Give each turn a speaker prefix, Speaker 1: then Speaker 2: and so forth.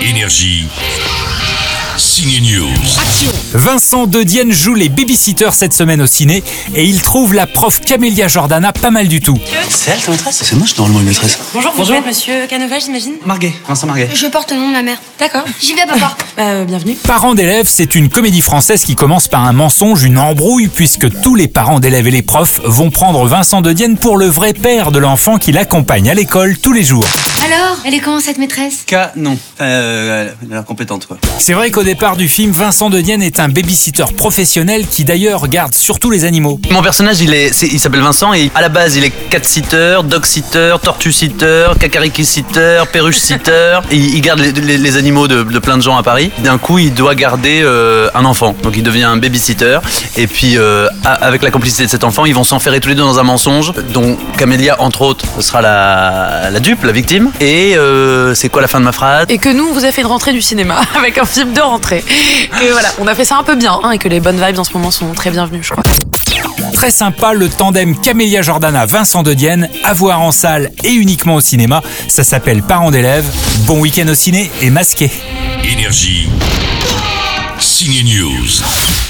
Speaker 1: Énergie. Signe News.
Speaker 2: Vincent De Dienne joue les babysitters cette semaine au ciné et il trouve la prof Camélia Jordana pas mal du tout.
Speaker 3: C'est elle ta maîtresse C'est moche normalement une maîtresse.
Speaker 4: Bonjour, vous êtes monsieur Canova, j'imagine
Speaker 3: Marguet, Vincent Marguet.
Speaker 5: Je porte le nom de ma mère.
Speaker 4: D'accord.
Speaker 5: J'y vais, papa.
Speaker 4: Euh, bienvenue.
Speaker 2: Parents d'élèves, c'est une comédie française qui commence par un mensonge, une embrouille, puisque tous les parents d'élèves et les profs vont prendre Vincent De Dienne pour le vrai père de l'enfant qui l'accompagne à l'école tous les jours.
Speaker 5: Alors, elle est comment cette maîtresse
Speaker 3: Canon. Euh, elle a l'air compétente quoi.
Speaker 2: C'est vrai qu'au départ du film, Vincent De Dienne est un babysitter professionnel qui d'ailleurs garde surtout les animaux.
Speaker 6: Mon personnage, il est, c'est- il s'appelle Vincent et à la base, il est cat-sitter, dog-sitter, tortue-sitter, cacariki-sitter, perruche-sitter. Et Il, il garde les, les- les animaux de, de plein de gens à Paris. D'un coup, il doit garder euh, un enfant. Donc, il devient un babysitter. Et puis, euh, a- avec la complicité de cet enfant, ils vont s'enferrer tous les deux dans un mensonge dont Camélia, entre autres, sera la, la dupe, la victime. Et euh, c'est quoi la fin de ma phrase
Speaker 7: et que nous, on vous a fait une rentrée du cinéma avec un film de rentrée. Et voilà, on a fait ça un peu bien, hein, et que les bonnes vibes en ce moment sont très bienvenues, je crois.
Speaker 2: Très sympa le tandem Camélia Jordana Vincent De Dienne à voir en salle et uniquement au cinéma. Ça s'appelle Parents d'élèves. Bon week-end au ciné et masqué.
Speaker 1: Énergie. Signe News.